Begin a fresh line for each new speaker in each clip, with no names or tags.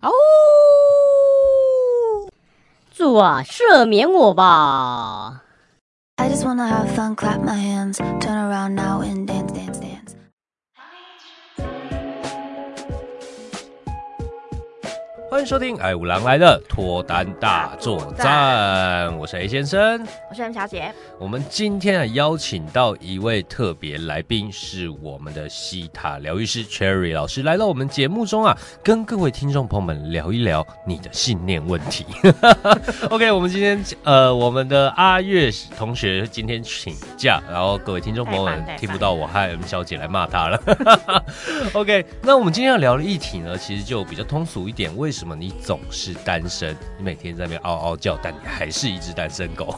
嗷、呜！主啊，赦免我吧！
I just wanna have fun, clap my hands, turn around now and dance, dance, dance.
欢迎收听《爱五郎来了》脱单大作战，我是 A 先生。
我是 M 小姐，
我们今天啊邀请到一位特别来宾，是我们的西塔疗愈师 Cherry 老师来到我们节目中啊，跟各位听众朋友们聊一聊你的信念问题。OK，我们今天呃，我们的阿月同学今天请假，然后各位听众朋友
太
们
棒太棒
听不到我和 M 小姐来骂他了。OK，那我们今天要聊的议题呢，其实就比较通俗一点。为什么你总是单身？你每天在那边嗷嗷叫，但你还是一只单身狗。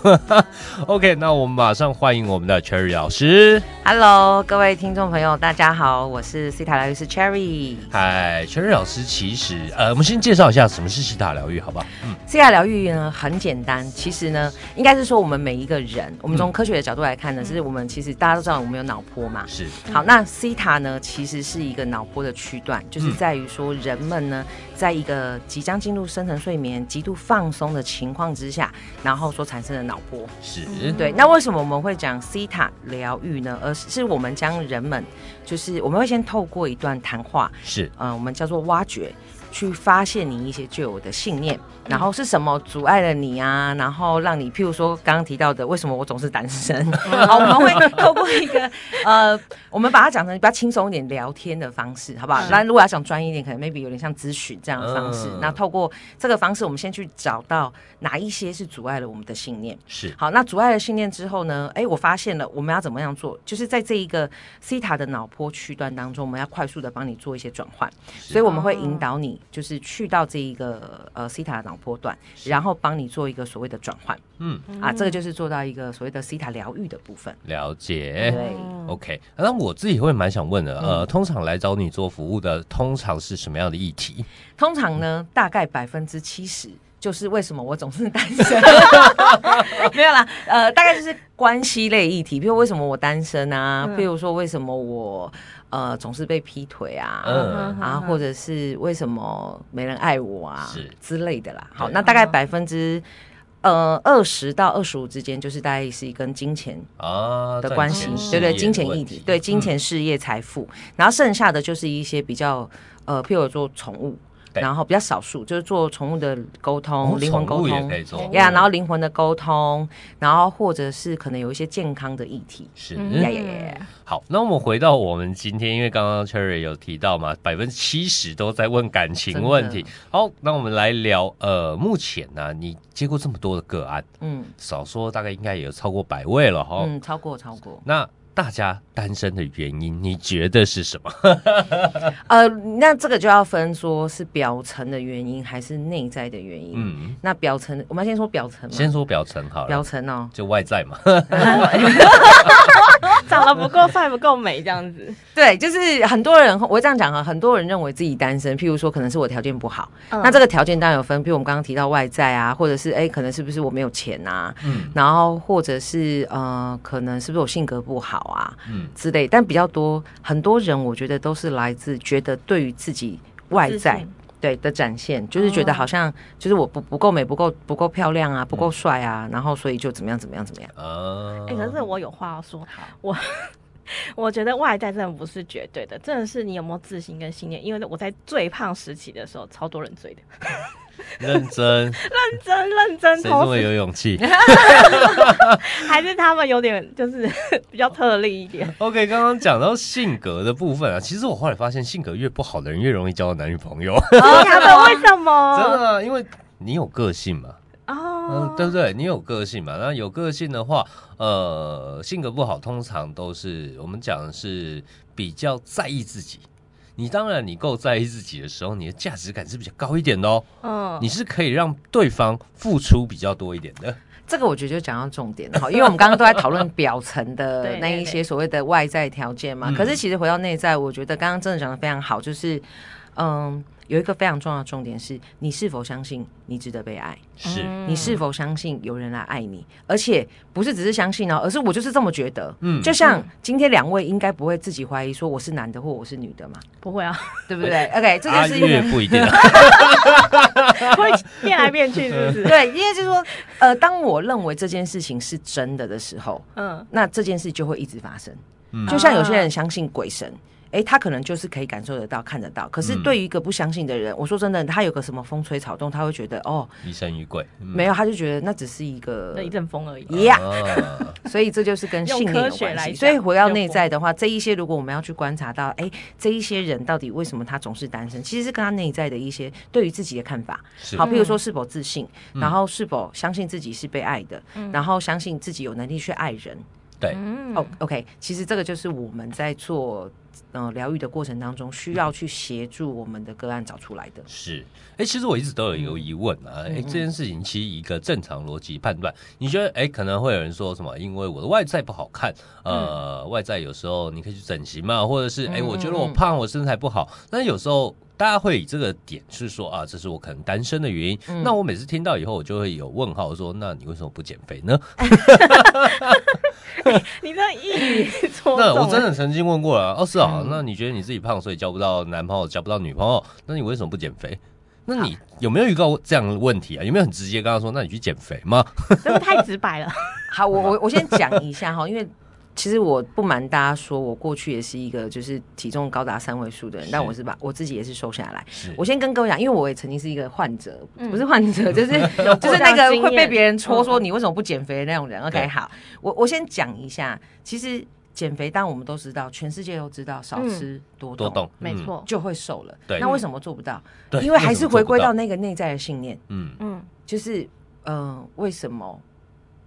OK，那我们马上欢迎我们的 Cherry 老师。
Hello，各位听众朋友，大家好，我是 C 塔疗愈师 Cherry。
嗨，Cherry 老师，其实呃，我们先介绍一下什么是西塔疗愈，好不好？
C 塔疗愈呢很简单，其实呢，应该是说我们每一个人，我们从科学的角度来看呢，是我
嗯
们其实大家都知道我们有脑波嘛。
是
好，那 C 塔呢，其实是一个脑波的区段，就是在于说人们呢，在一个即将进入深层睡眠、极度放松的情况之下，然后所产生的脑波。
是，
嗯对，
嗯
那为什么我们会讲西塔疗愈呢？而是我们将人们，就是我们会先透过一段谈话，
是
呃，我们叫做挖掘，去发现你一些旧有的信念，然后是什么阻碍了你啊？然后让你，譬如说刚刚提到的，为什么我总是单身？好，我们会透过一个呃，我们把它讲成比较轻松一点聊天的方式，好不好？那如果要讲专业一点，可能 maybe 有点像咨询这样的方式
嗯。
那透过这个方式，我们先去找到哪一些是阻碍了我们的信念。
是，
好，那阻碍了信念之后呢？哎，我发现了，我们要怎么样做？就是在这一个西塔的脑波区段当中，我们要快速的帮你做一些转换，所以我们会引导你，就是去到这一个呃西塔的脑波段，然后帮你做一个所谓的转换
嗯，
啊，这个就是做到一个所谓的西塔疗愈的部分。
了解。
对，
OK，那我自己会蛮想问的，
嗯
呃，通常来找你做服务的，通常是什么样的议题？
通常呢，大概百分之七十。就是为什么我总是单身， 没有啦，呃，大概就是关系类议题，譬如为什么我单身啊，譬如说为什么我呃总是被劈腿啊，
嗯
啊，或者是为什么没人爱我啊
是
之类的啦。好，
对
那大概百分之呃二十到二十五之间，就是大概是跟金钱
啊
的关系
赚钱，事
对对，
业
金
的
钱
问
议
题嗯
题，对金钱、事业、财富，然后剩下的就是一些比较呃，譬如做宠物，
对
然后比较少数就是做宠物的沟
哦
通、灵
宠
魂沟
物也
通
可，以做
呀，然后灵魂的沟通，然后或者是可能有一些健康的议题，
是。
呀呀呀呀，
好，那我们回到我们今天，因为刚刚 Cherry 有提到嘛，百分之七十都在问感情问题
真。
好，那我们来聊，呃，目前呢、你接过这么多的个案，
嗯
少说大概应该也有超过百位了哈、
嗯，超过超过。
那大家单身的原因，你觉得是什么？
呃，那这个就要分说是表层的原因还是内在的原因。
嗯，
那表层，我们要先说表层嘛，
先说表层好
表
了，
层哦，
就外在嘛。
长得不够帅，不够美，这样子。
对，就是很多人，我这样讲啊，很多人认为自己单身，譬如说可能是我条件不好，
嗯
那这个条件当然有分，譬如我们刚刚提到外在啊，或者是哎、可能是不是我没有钱啊，
嗯
然后或者是呃，可能是不是我性格不好啊
嗯，
之类，但比较多，很多人我觉得都是来自觉得对于自己外
自
在
信。哦
对的展现，就是觉得好像就是我不不够美，不够不够漂亮啊，不够帅啊，然后所以就怎么样怎么样怎么样。
啊，
哎、可是我 有话要说，我我觉得外在真的不是绝对的，真的是你有没有自信跟信念。因为我在最胖时期的时候，超多人追的，
认真，
认真认真，
谁这
同
么
时
有勇气？
还是他们有点就是 比较特例一点。
OK，刚刚讲到性格的部分啊，其实我后来发现，性格越不好的人越容易交到男女朋友，
他们为
嗯
什
真
么？
的啊、因为你有个性嘛，嗯、
哦，
对不对？你有个性嘛，那有个性的话，呃，性格不好，通常都是我们讲的是比较在意自己。你当然，你够在意自己的时候，你的价值感是比较高一点的哦，
嗯
你是可以让对方付出比较多一点的。
这个我觉得就讲到重点了，好，因为我们刚刚都在讨论表层的
对
那一
对对
些所谓的外在条件嘛
嗯，
可是其实回到内在，我觉得刚刚真的讲的非常好，就是嗯，有一个非常重要的重点是，你是否相信你值得被爱？
是，
嗯
你是否相信有人来爱你？而且不是只是相信哦，而是我就是这么觉得。
嗯
就像今天两位应该不会自己怀疑说我是男的或我是女 的嘛，
不会啊，
对不对？OK，这
阿
就是一
月
个。
不一定啊，
会变来变去，是不是？
对，因为就是说，呃，当我认为这件事情是真的的时候，
嗯，
那这件事就会一直发生。
嗯
就像有些人相信鬼神，诶，他可能就是可以感受得到、看得到。可是
嗯
对于一个不相信的人，我说真的，他有个什么风吹草动，他会觉得哦，
疑神疑鬼，嗯没
没有，他就觉得那只是一个
那一阵风而已。
呀。
啊
所以这就是跟信念
用
有
科学
关
来
系。
讲
所以回到内在的话，这一些如果我们要去观察到，诶，这一些人到底为什么他总是单身，其实是跟他内在的一些对于自己的看法，
是
好，
嗯
譬如说是否自信，
嗯
然后是否相信自己是被爱的，然后相信自己有能力去爱人。
对，
嗯
哦、o k 其实这个就是我们在做嗯疗愈的过程当中，需要去协助我们的个案找出来的。
是，哎、其实我一直都有一
嗯
个疑问啊，哎、这件事情其实一个正常逻辑判断，你觉得，哎、可能会有人说什么？因为我的外在不好看，呃，外在有时候你可以去整形嘛，或者是，哎、
嗯
我觉得我
嗯嗯
胖，我身材不好，但有时候。大家会以这个点是说啊，这是我可能单身的原因。
嗯
那我每次听到以后，我就会有问号说，那你为什么不减肥呢？
你这一语 戳中
那
了，
我真的曾经问过了，哦是啊，
嗯
那你觉得你自己胖，所以交不到男朋友，交不到女朋友，那你为什么不减
啊
肥？那你有没有遇到这样的问题啊？有没有很直接跟他说，那你去减肥吗？
真的太直白了。
好，我我我先讲一下哈，因为其实我不瞒大家说，我过去也是一个就是体重高达三位数的人，
是
但我是把我自己也是瘦下来。
是
我先跟各位讲，因为我也曾经是一个患者，
嗯
不是患者，就是 就是
过这
那
样
个
经
会被
验
别人戳说
嗯
你为什么不减肥的那种人。
对
OK，好，我我先讲一下，其实减肥，当然我们都知道，全世界都知道，少
嗯
吃多动。
多动，
没，错，
就会瘦了，
哦对
那为什么做不到？
对，
因为还
为
是
什么做
回
不
归到，那个内在的信念，
嗯，
嗯，
就是嗯、呃为什么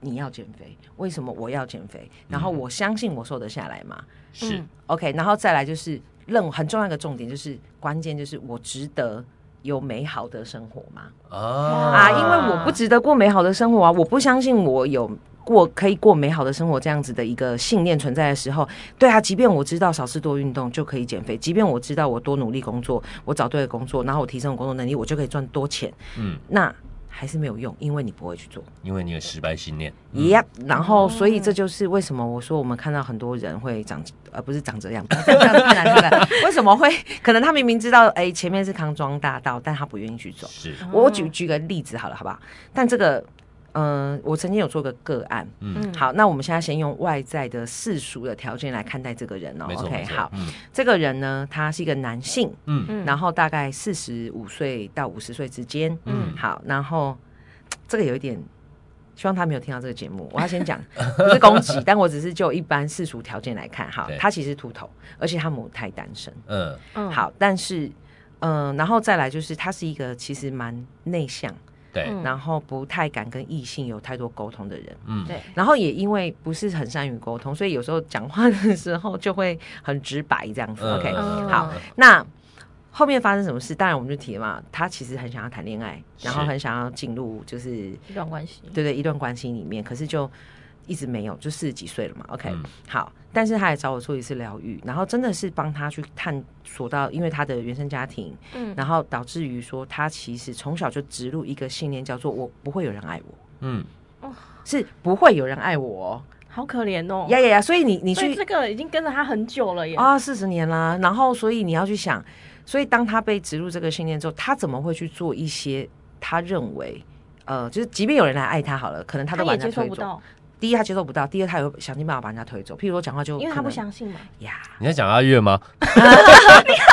你要减肥？为什么我要减肥？
嗯
然后我相信我瘦得下来嘛。
是
嗯
OK，然后再来就是任很重要一个重点，就是关键就是我值得。有美好的生活吗？啊，
啊
因为我不值得过美好的生活啊！我不相信我有过可以过美好的生活这样子的一个信念存在的时候，对啊，即便我知道少吃多运动就可以减肥，即便我知道我多努力工作，我找对的工作，然后我提升我工作能力，我就可以赚多钱，
嗯，
那还是没有用，因为你不会去做。
因为你有失败信念，嗯
Yep，然后所以这就是为什么我说我们看到很多人会长，呃，不是长这样，不要 这样太难看了。为什么会？可能他明明知道，哎、前面是康庄大道，但他不愿意去走。
是，
我
嗯
举举个例子好了，好不好？但这个，嗯、我曾经有做个个案。
嗯，
好，那我们现在先用外在的世俗的条件来看待这个人哦。
没错，
OK，
没错
好，，
嗯
这个人呢，他是一个男性，
嗯
嗯
然后大概四十五岁到五十岁之间。
嗯，
好，然后这个有一点，希望他没有听到这个节目。我要先讲，不是攻击，但我只是就一般世俗条件来看，哈
对，
他其实秃头，而且他母胎单身。
嗯，
嗯，
好，但是，嗯、然后再来就是他是一个其实蛮内向，
对，
嗯
然后不太敢跟异性有太多沟通的人。
嗯，
对，
然后也因为不是很善于沟通，所以有时候讲话的时候就会很直白这样子。
嗯
OK，
嗯
好
嗯
那后面发生什么事？当然我们就提了嘛，他其实很想要谈恋爱，然后
是
很想要进入就是
一段关系，
对对一段关系里面，可是就一直没有，就四十几岁了嘛。OK，、
嗯
好，但是他也找我做一次疗愈，然后真的是帮他去探索到，因为他的原生家庭，
嗯
然后导致于说他其实从小就植入一个信念，叫做我不会有人爱我，
嗯，
是不会有人爱我哦、
好可怜哦。
呀呀呀！所以你你
所以
去
这个已经跟着他很久了耶。
啊，四十年啦，然后所以你要去想，所以当他被植入这个信念之后，他怎么会去做一些他认为呃，就是即便有人来爱他好了，可能他
他
都把
也
人家
接受
推
不
走。
到，
第一，他接受不到；第二，他有想尽办法把人家推走。譬如说讲话就
因为他
可能
不相信嘛。
呀，
你在讲阿月吗？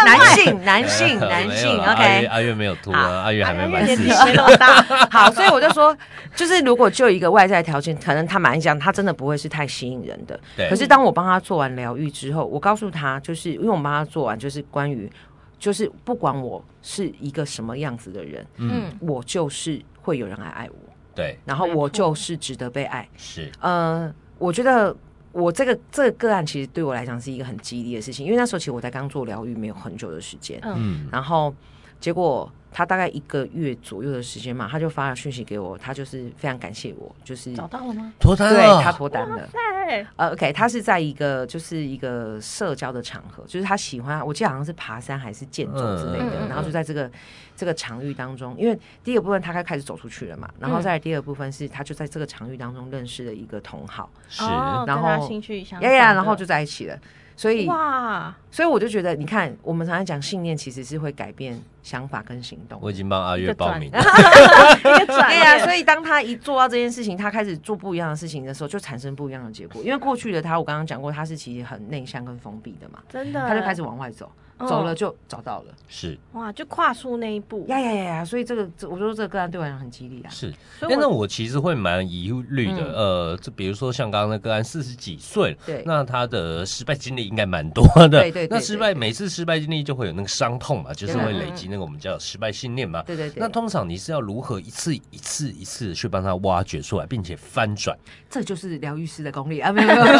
男性 男性男
没有
性
啦哎阿月
，OK。
阿月没有秃
好
啊，阿月还没
因
满
为年
四
纪
十，
没那么大，
好，所以我就说，就是如果就一个外在条件，可能他蛮讲，他真的不会是太吸引人的。
对
可是当我帮他做完疗愈之后，我告诉他，就是因为我帮他做完，就是关于，就是不管我是一个什么样子的人，
嗯，
嗯，
我就是会有人来爱我，
对，
然后
没
我
错
就是值得被爱。
是，
呃，我觉得我这个这个个案其实对我来讲是一个很激励的事情，因为那时候其实我才刚做疗愈没有很久的时间，
嗯
嗯，
然后结果他大概一个月左右的时间嘛，他就发了讯息给我，他就是非常感谢我，就是
嗯找到了吗？哦
脱单
对他
了，
脱单了。
对，
呃，OK，他是在一个就是一个社交的场合，就是他喜欢，我记得好像是爬山还是健走之类的，
嗯嗯嗯
然后就在这个这个场域当中，因为第一个部分他开开始走出去了嘛，然
嗯
后再来第二个部分是他就在这个场域当中认识了一个同好，
是
哦
然
跟他
后
兴趣相
呀呀，
反
然后
的
就哎在一起了，所以
哇，
所以我就觉得，你看，我们常常讲信念其实是会改变想法跟行动。
我已经帮阿月报名
一
了，
一个转
对呀、
变
所以当他一做到这件事情，他开始做不一样的事情的时候，就产生不一样的结果。因为过去的他，我刚刚讲过，他是其实很内向跟封闭的嘛，
真的
他就开始往外走，
嗯
走了就找到了。
是
哇，就跨出那一步。
呀呀呀呀！所以这个，这我觉得这个个案对我来讲很激励啊。
是。
所以
哎，那
我
我其实会蛮疑虑的，
嗯
呃，这比如说像刚刚那个案，四十几岁了
对
那他的失败经历应该蛮多的，
对对对
那失败
对对
每次失败经历就会有那个伤痛嘛，就是会累积那个我们叫失败信念嘛。
对对对，
那通常你是要如何一次一次一次地去帮他挖掘出来，并且翻转？
这就是疗愈师的功力啊！没 有没有，没有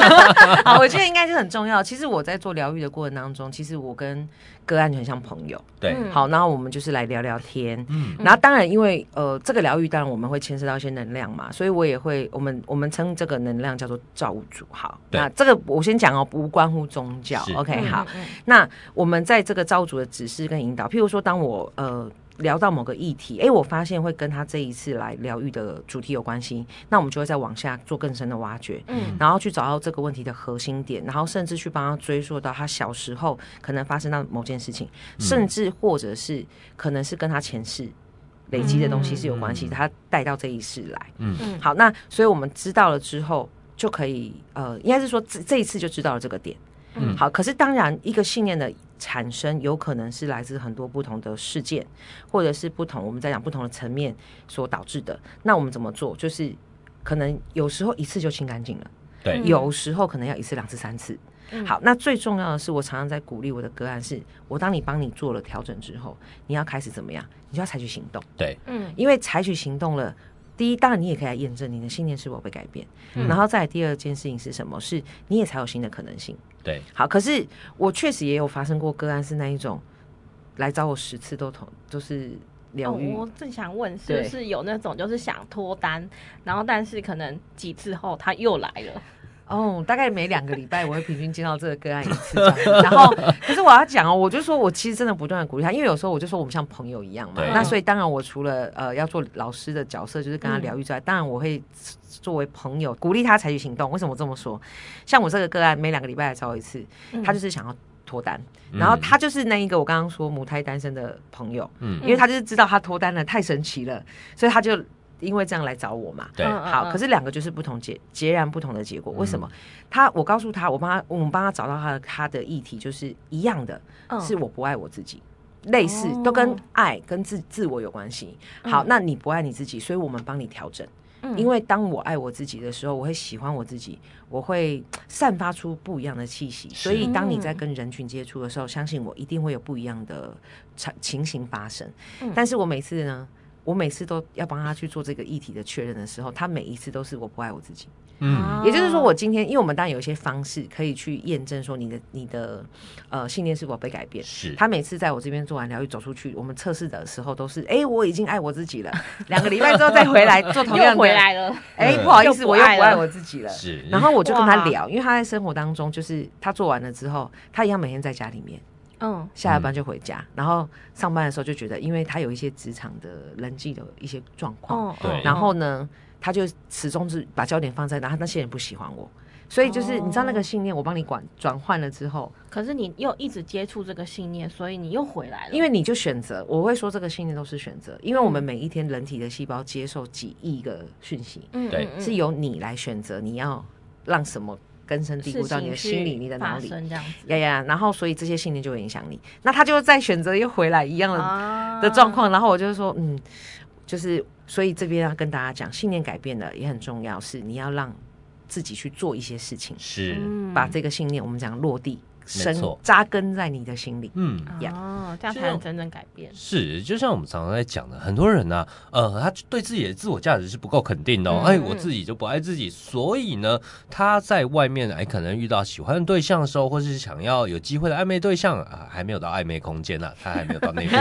好，我觉得应该是很重要。其实我在做疗愈的过程当中，其实我跟个案很像朋友。
对，
嗯
好，然后我们就是来聊聊天。
嗯，
然后当然，因为呃，这个疗愈当然我们会牵涉到一些能量嘛，所以我也会，我们我们称这个能量叫做造物主。好，
对
那这个我先讲哦，无关乎宗教
是。
OK，
嗯
哎好，
嗯
那我们在这个造主的指示跟引导，譬如说，当我呃聊到某个议题，诶，我发现会跟他这一次来疗愈的主题有关系，那我们就会再往下做更深的挖掘。
嗯
然后去找到这个问题的核心点，然后甚至去帮他追溯到他小时候可能发生到某件事情，甚至或者是可能是跟他前世累积的东西是有关系的，
嗯
他带到这一世来。
嗯，
好，那所以我们知道了之后，就可以呃，应该是说这这一次就知道了这个点。
嗯
好，可是当然，一个信念的产生有可能是来自很多不同的事件，或者是不同我们在讲不同的层面所导致的。那我们怎么做？就是可能有时候一次就清干净了。
对，
嗯
有时候可能要一次、两次、三次。
嗯
好，那最重要的是，我常常在鼓励我的个案是，我当你帮你做了调整之后，你要开始怎么样？你就要采取行动，
对，
嗯
因为采取行动了。第一，当然你也可以来验证你的信念是否被改变，
嗯
然后再来第二件事情是什么？是你也才有新的可能性。
对，
好，可是我确实也有发生过个案是那一种来找我十次都同都是
哦
疗愈，
我正想问，是不
对
是有那种就是想脱单，然后但是可能几次后他又来了，
哦，大概每两个礼拜我会平均见到这个个案一次这样子。然后，可是我要讲哦，我就说我其实真的不断的鼓励他，因为有时候我就说我们像朋友一样嘛。
对
那所以当然我除了呃要做老师的角色，就是跟他
嗯
疗愈之外，当然我会作为朋友鼓励他采取行动。为什么这么说？像我这个个案，每两个礼拜来找我一次，
嗯
他就是想要脱单，然后他就是那一个我刚刚说母胎单身的朋友，
嗯，
因为他就是知道他脱单了，太神奇了，所以他就因为这样来找我嘛。
对，
嗯
好，可是两个就是不同结截然不同的结果。为什么？他我告诉他，我帮他，我们帮他找到他的他的议题，就是一样的，
嗯
是我不爱我自己，类似
哦
都跟爱跟自自我有关系。好，
嗯
那你不爱你自己，所以我们帮你调整。
嗯
因为当我爱我自己的时候，我会喜欢我自己，我会散发出不一样的气息。
是
所以，
嗯
当你在跟人群接触的时候，相信我，一定会有不一样的场情形发生。
嗯
但是我每次呢，我每次都要帮他去做这个议题的确认的时候，他每一次都是我不爱我自己。
哦
嗯，
也就是说，我今天，因为我们当然有一些方式可以去验证说你的你的呃信念是否被改变。
是，
他每次在我这边做完疗愈走出去，我们测试的时候都是，哎、我已经爱我自己了。两个礼拜之后再回来做同样
又
的，
回来了，
哎、
嗯
不好意思，
又不
我又不
爱了
爱我自己了。
是，
然后我就跟他
哇
聊，因为他在生活当中，就是他做完了之后，他一样每天在家里面，
嗯
下了班就回家，然后上班的时候就觉得，因为他有一些职场的人际的一些状况，
哦
对
然后呢，他就始终是把焦点放在，然后那些人不喜欢我，所以就是、
哦
你知道那个信念，我帮你管转换了之后，
可是你又一直接触这个信念，所以你又回来了，
因为你就选择，我会说这个信念都是选择，因为我们
嗯
每一天人体的细胞接受几亿个讯息，
嗯
对
嗯嗯
是由你来选择你要让什么根深蒂
事
固到你
情
的心里、
去
你的
发
脑里。
生这样子
呀呀，然后所以这些信念就会影响你，那他就再选择又回来一样的
啊
的状，况，然后我就说，嗯，就是所以这边要跟大家讲，信念改变了也很重要，是你要让自己去做一些事情，
是，
嗯
把这个信念我们讲落地深
错
扎根在你的心里。
嗯。
Yeah
哦，这样
就
才
像
能真正改 变。
是，就像我们常常在讲的，很多人呢、呃，他对自己的自我价值是不够肯定的、哦。
嗯
哎，
嗯
我自己就不爱自己，所以呢，他在外面哎，可能遇到喜欢的对象的时候，或是想要有机会的暧昧对象啊，还没有到暧昧空 间呢、啊他还没有到那一步。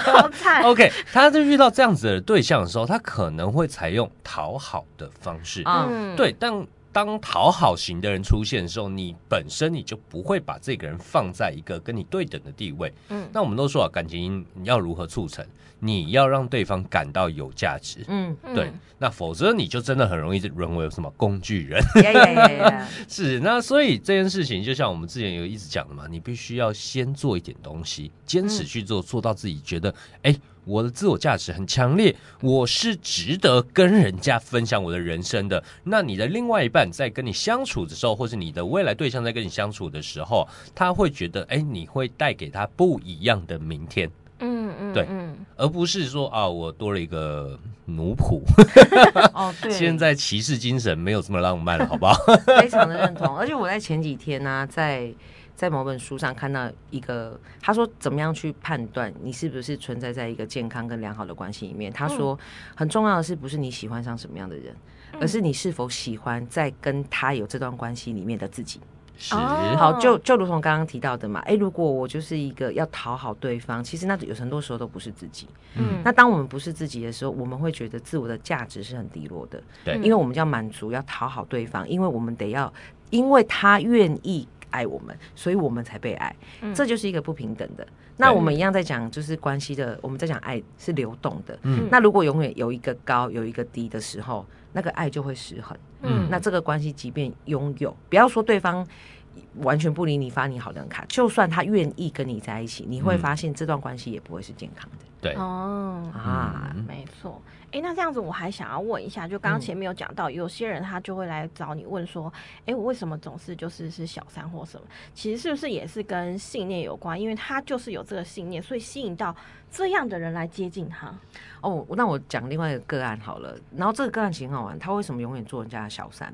好惨
OK，他在遇到这样子的对象的时候，他可能会采用讨好的方式。
啊
嗯，
对，但当讨好型的人出现的时候，你本身你就不会把这个人放在一个跟你对等的地位。
嗯，
那我们都说啊，感情你要如何促成？你要让对方感到有价值。
嗯，
嗯
对，那否则你就真的很容易沦为什么工具人。
呀呀呀呀呀，
是，那所以这件事情就像我们之前有一直讲的嘛，你必须要先做一点东西，坚持去做，做到自己觉得，哎、我的自我价值很强烈，我是值得跟人家分享我的人生的。那你的另外一半在跟你相处的时候，或是你的未来对象在跟你相处的时候，他会觉得，哎、你会带给他不一样的明天。
嗯嗯，
对
嗯，
而不是说啊，我多了一个奴仆。
哦，对，
现在骑士精神没有这么浪漫了，好 不好？
非常的认同。而且我在前几天呢、在在某本书上看到一个，他说怎么样去判断你是不是存在在一个健康跟良好的关系里面。他说很重要的是不是你喜欢上什么样的人，而是你是否喜欢在跟他有这段关系里面的自己。
是，
哦
好，就就如同刚刚提到的嘛，诶，如果我就是一个要讨好对方，其实那有很多时候都不是自己。
嗯，
那当我们不是自己的时候，我们会觉得自我的价值是很低落的，
对
因为我们要满足，要讨好对方，因为我们得要，因为他愿意爱我们，所以我们才被爱，
嗯
这就是一个不平等的。那我们一样在讲，就是关系的，我们在讲爱是流动的。
嗯
那如果永远有一个高有一个低的时候，那个爱就会失衡。
嗯
那这个关系即便拥有，不要说对方完全不理你，发你好人卡，就算他愿意跟你在一起，你会
嗯
发现这段关系也不会是健康的
对，
哦，
啊。
嗯
没错。哎，那这样子我还想要问一下，就刚刚
嗯
前面有讲到，有些人他就会来找你问说，哎，我为什么总是就是是小三或什么？其实是不是也是跟信念有关？因为他就是有这个信念，所以吸引到这样的人来接近他。
哦，那我讲另外一个个案好了。然后这个个案其实很好玩，他为什么永远做人家的小三？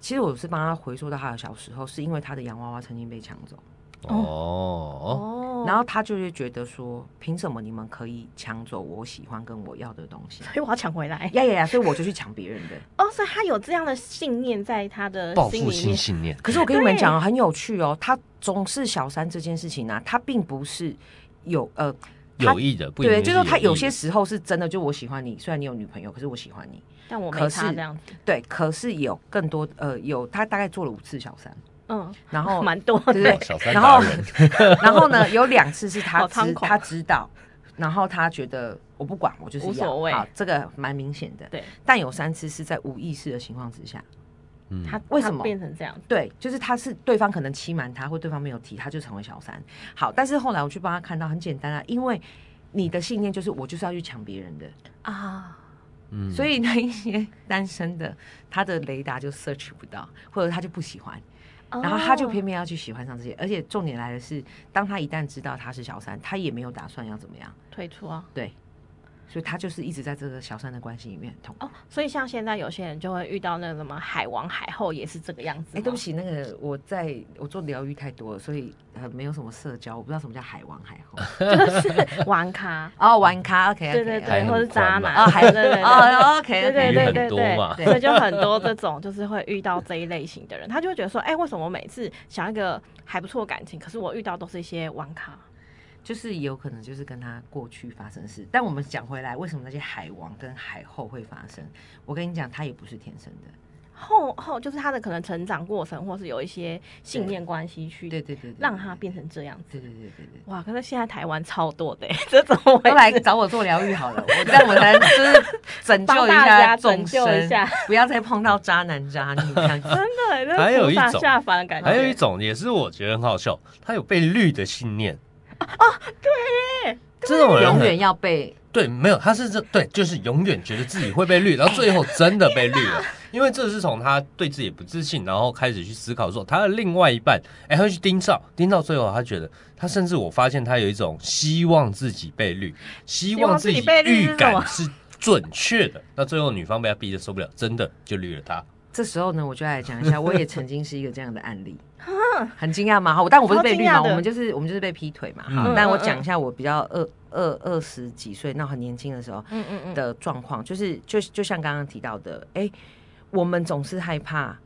其实我是帮他回溯到他的小时候，是因为他的洋娃娃曾经被抢走，
哦，
哦
然后他就会觉得说，凭什么你们可以抢走我喜欢跟我要的东西？
所以我要抢回来。
呀呀呀！所以我就去抢别人的。
哦，所以他有这样的信念在他的
报
心
复
里
性
面。
信念。
可是我跟你们讲、哦，很有趣哦，他总是小三这件事情呢、啊，他并不是有呃。他
有意的，不一定
对，就是说他
意的
有些时候是真的，就我喜欢你，虽然你有女朋友，可是我喜欢你。
但我没
可
差
是
这样子，
对，可是有更多呃，有他大概做了五次小三，
嗯，
然后
蛮多
哦对
的
对
哇。小三
然
达
后
人，
然后呢，有两次是他
好猖
知
狂
他知道，然后他觉得我不管，我就是
无
要
所谓
好，这个蛮明显的。
对，
但有三次是在无意识的情况之下，
嗯
他
为
他
什么
变成这样？
对，就是他是对方可能欺瞒他，或对方没有提，他就成为小三。好，但是后来我去帮他看到，很简单啊，因为你的信念就是我就是要去抢别人的，
啊，
嗯
所以那一些单身的他的雷达就 search 不到，或者他就不喜欢。然后
哦
他就偏偏要去喜欢上这些，而且重点来的是，当他一旦知道他是小三，他也没有打算要怎么样，
退出啊。
对，所以他就是一直在这个小三的关系里面很痛苦。
哦，所以像现在有些人就会遇到那个什么海王海后也是这个样子。
哎、对不，起，那个我在我做疗愈太多了，所以呃没有什么社交，我不知道什么叫海王海后。
就是 玩咖，
哦，玩咖，OK，,
对对
海
对，
很
或是渣男
宽嘛哦海
对对对对。
哦，OK，
对对对
鱼很
对
多嘛
对，所以就很多这种就是会遇到这一类型的人，他就会觉得说，哎、为什么我每次想一个还不错的感情，可是我遇到都是一些玩咖？
就是有可能就是跟他过去发生事。但我们讲回来，为什么那些海王跟海后会发生？我跟你讲，他也不是天生的，
后后就是他的可能成长过程，或是有一些信念关系去
对对对对，
让他，变成这样子。
对对对对对。
哇，可是现在台湾超多的、欸， 这怎么回
都
事
来找我做疗愈好了，我这样我才能就是拯救
帮
一
大
下
家
众
拯救
生
一下，
不要再碰到渣男渣女这 样子。
真的、欸，真的
还有一
菩萨
种
下凡的感觉，
还有一种也是我觉得很好笑，他有被绿的信念。
啊
哦，对，这种人
永
很
远要被
对，没有，他是这对，就是永远觉得自己会被绿，然后最后真的被绿
哎
了， 因为这是从他对自己不自信，然后开始去思考说他的另外一半，哎，他会去盯梢，盯到最后，他觉得他甚至我发现他有一种希望自己被绿，希望自己
希望自己被绿是
预
什么
感是准确的，那最后女方被他逼得受不了，真的就绿了他，
这时候呢，我就来讲一下，我也曾经是一个这样的案 例，很惊讶吗？好，但我不是被绿
啊超惊
毛，
讶的
我们就是我们就是被劈腿嘛。
嗯
好，但我讲一下我比较二二二十几岁，那很年轻的时候
嗯嗯嗯，
的状况，就是就就像刚刚提到的，哎，我们总是害怕。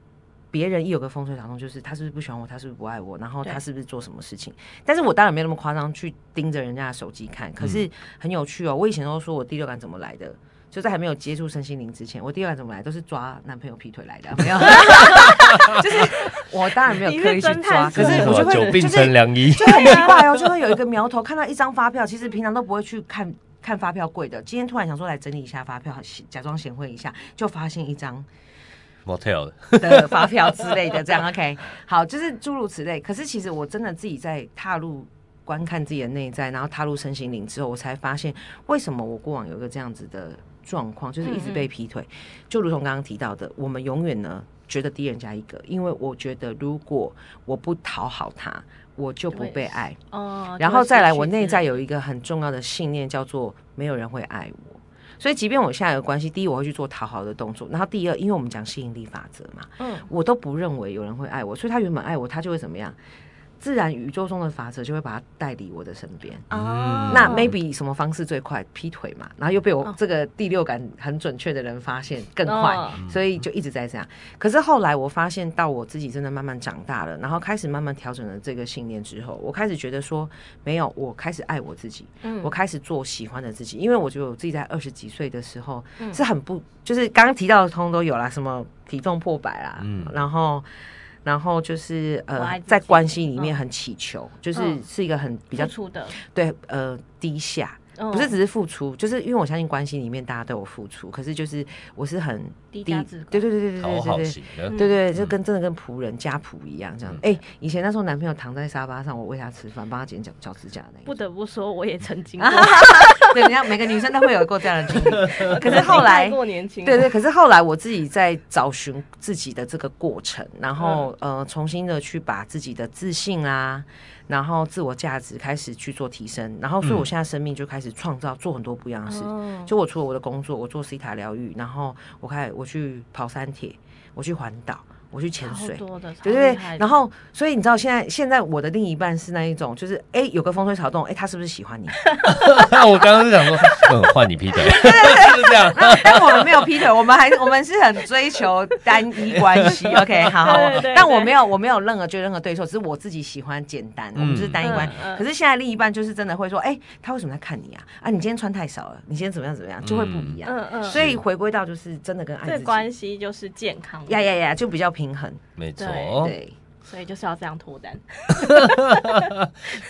别人一有个风吹草动，就是他是不是不喜欢我，他是不是不爱我，然后
对
他是不是做什么事情？但是我当然没有那么夸张，去盯着人家的手机看。可是很有趣哦，我以前都说我第六感怎么来的，就在还没有接触身心灵之前，我第六感怎么来都是抓男朋友劈腿来的，啊没有， 就是我当然没有刻意去
你是
抓，
侦探
可是
社
我就
哇
会
久病
就是
成良医，
就很奇怪哦，就会有一个苗头，看到一张发票，其实平常都不会去看看发票柜的，今天突然想说来整理一下发票，假装贤惠一下，就发现一张
motel 的
的发票之类的，这样 OK，好，就是诸如此类。可是其实我真的自己在踏入。观看自己的内在，然后踏入身心灵之后，我才发现为什么我过往有一个这样子的状况，就是一直被劈腿。就如同刚刚提到的，我们永远呢觉得低人家一个，因为我觉得如果我不讨好他，我就不
对
被爱。
哦，
然后再来，我内在
有
有一个很重要的信念，叫做没有人会爱我。所以，即便我现在有关系，第一我会去做讨好的动作，然后第二，因为我们讲吸引力法则嘛，
嗯
我都不认为有人会爱我，所以他原本爱我，他就会怎么样？自然宇宙中的法则就会把他带离我的身边。
啊，
那 maybe 什么方式最快？劈腿嘛，然后又被我
哦
这个第六感很准确的人发现更快
哦，
所以就一直在这样。可是后来我发现到我自己真的慢慢长大了，然后开始慢慢调整了这个信念之后，我开始觉得说，没有，我开始爱我自己，
嗯
我开始做喜欢的自己，因为我觉得我自己在二十几岁的时候
嗯
是很不，就是刚刚提到的通通都有啦，什么体重破百啦，
嗯
然后。然后就是
我
呃
爱自，己
在关系里面
嗯
很祈求，就是
嗯
是一个很比较
付出的，
对呃低下，
嗯
不是只是付出，就是因为我相信关系里面大家都有付出，可是就是我是很
低价值观
对对对对对
讨
对
好
对
型嗯的
对，对对，就跟真的跟仆人家仆一样这样。哎、以前那时候男朋友躺在沙发上，我喂他吃饭，帮他剪脚脚趾甲的那一
不
种，
得不说，我也曾经过
对，人家每个女生都会有过这样的经历。可是后
曾经太
来，
过年轻了，
对对，可是后来我自己在找寻自己的这个过程，然后、
嗯
呃，重新的去把自己的自信啊，然后自我价值开始去做提升，然后所以我现在生命就开始创造，做很多不一样的事。
嗯哦
就我除了我的工作，我做 C 塔疗愈，然后我开我去跑山铁，我去环岛，我去潜
超
水。
多的，超
对对
厉害
对，
的
然后所以你知道现在现在我的另一半是那一种，就是哎有个风吹草动，哎他是不是喜欢你？
我刚刚是想说，嗯，换你劈腿， 是这样，
但我们没有劈腿，我们还是我们是很追求单一关 系。OK，好好
对对对
但我没有我没有任何就任何对错，只是我自己喜欢简单，我们就是单一关系。
嗯嗯
可是现在另一半就是真的会说，哎、他为什么在看你啊？啊，你今天穿太少了，你今天怎么样怎么样，就会不一样。
嗯嗯，
所以回归到就是真的跟爱
这
自己，
关系就是健康的
呀呀呀，就比较平衡。
没错，
哦
对，
所以就是要这样脱单。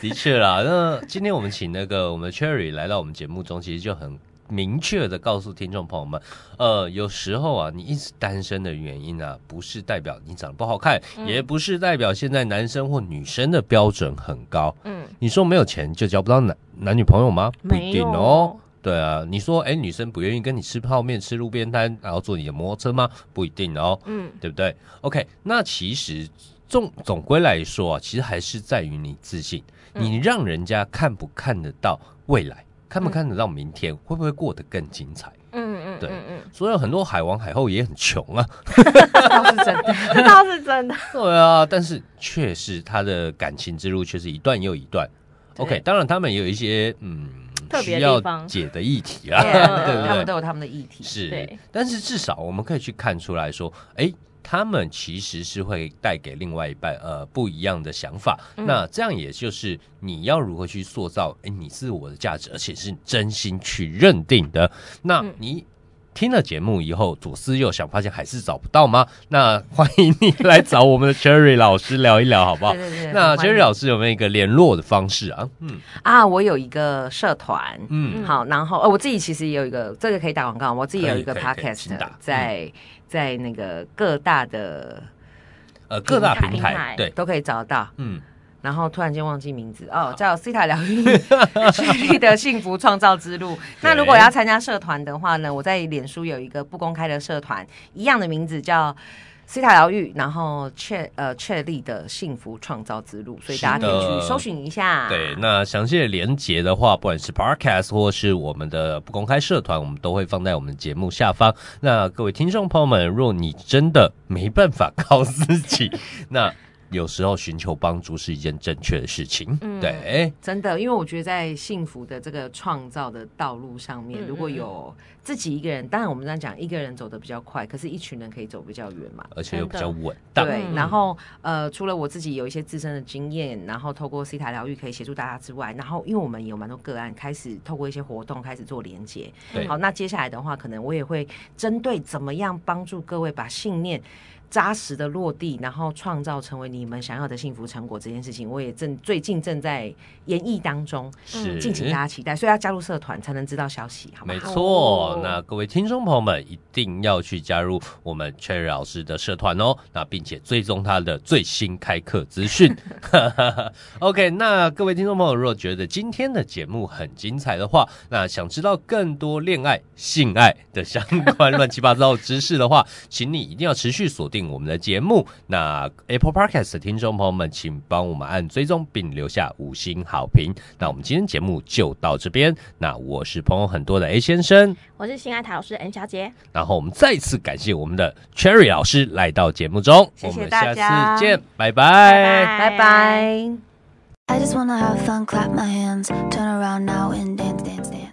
的确啦，那今天我们请那个我们的 Cherry 来到我们节目中，其实就很明确的告诉听众朋友们，呃，有时候啊，你一直单身的原因啊，不是代表你长得不好看，
嗯
也不是代表现在男生或女生的标准很高。
嗯，
你说没有钱就交不到男男女朋友吗？不一
没
定
有
哦。对啊，你说哎，女生不愿意跟你吃泡面、吃路边摊，然后坐你的摩托车吗？不一定哦。
嗯，
对不对？OK，那其实总总归来说啊，其实还是在于你自信，
嗯
你让人家看不看得到未来，看不看得到明
嗯
天，会不会过得更精彩？
嗯嗯，
对
嗯嗯，
所以很多海王海后也很穷啊，
这倒是真的。
这倒是真的。
对啊，但是确实他的感情之路却是一段又一段。
对
OK，当然他们也有一些嗯
特
需
别的
要
地方
解的议题啊， 对不对？
他们都有他们的议题。
是
对，
但是至少我们可以去看出来说，哎，他们其实是会带给另外一半呃不一样的想法。那这样也就是你要如何去塑造哎你自我的价值，而且是真心去认定的。那
嗯
你。听了节目以后，左思右想，发现还是找不到吗？那欢迎你来找我们的 Cherry 老师聊一聊，好不好
对？对对，
那
很欢
Cherry
迎
老师有没有一个联络的方式啊？嗯
啊，我有一个社团，
嗯，
好，然后呃，我自己其实也有一个，这个可以打广告，我自己有一个
可以可以可以请
podcast
打嗯
在在那个各大的
呃，各大
平
平
台
台对，
都可以找到。
嗯，
然后突然间忘记名字哦，叫 C 塔疗愈 确立的幸福创造之 路。那如果要参加社团的话呢，我在脸书有一个不公开的社团，一样的名字叫西塔疗愈，然后确呃确立的幸福创造之路，所以大家可
是的
以去搜寻一下。
对，那详细的连接的话，不管是 Podcast 或是我们的不公开社团，我们都会放在我们节目下方。那各位听众朋友们，若你真的没办法靠自 己，那有时候寻求帮助是一件正确的事情。
嗯
对，
真的，因为我觉得在幸福的这个创造的道路上面，
嗯
如果有自己一个人，当然我们这样讲，一个人走得比较快，可是一群人可以走比较远嘛。
而且又比较稳当。
对，
嗯
然后呃，除了我自己有一些自身的经验，然后透过 C 塔疗愈可以协助大家之外，然后因为我们有蛮多个案，开始透过一些活动开始做连接。
对
好，那接下来的话，可能我也会针对怎么样帮助各位把信念。扎实的落地，然后创造成为你们想要的幸福成果这件事情，我也正最近正在演绎当中，
是，
敬请大家期待。所以要加入社团才能知道消息，好吗
没？错
哦，
那各位听众朋友们一定要去加入我们 Cherry 老师的社团哦，那并且追踪他的最新开课资讯。OK，那各位听众朋友，如果觉得今天的节目很精彩的话，那想知道更多恋爱、性爱的相关乱七八糟的知识的话，请你一定要持续锁定我们的节目。那 Apple Podcast 的听众朋友们，请帮我们按追踪并留下五星好评。那我们今天节目就到这边，那我是朋友很多的 A 先生，
我是心爱塔老师 N 小姐，
然后我们再次感谢我们的 Cherry 老师来到节目中，
谢谢
我们
大
下
家
次见，拜
拜拜。
I just wanna have fun, clap my hands, turn around now and dance, dance, dance.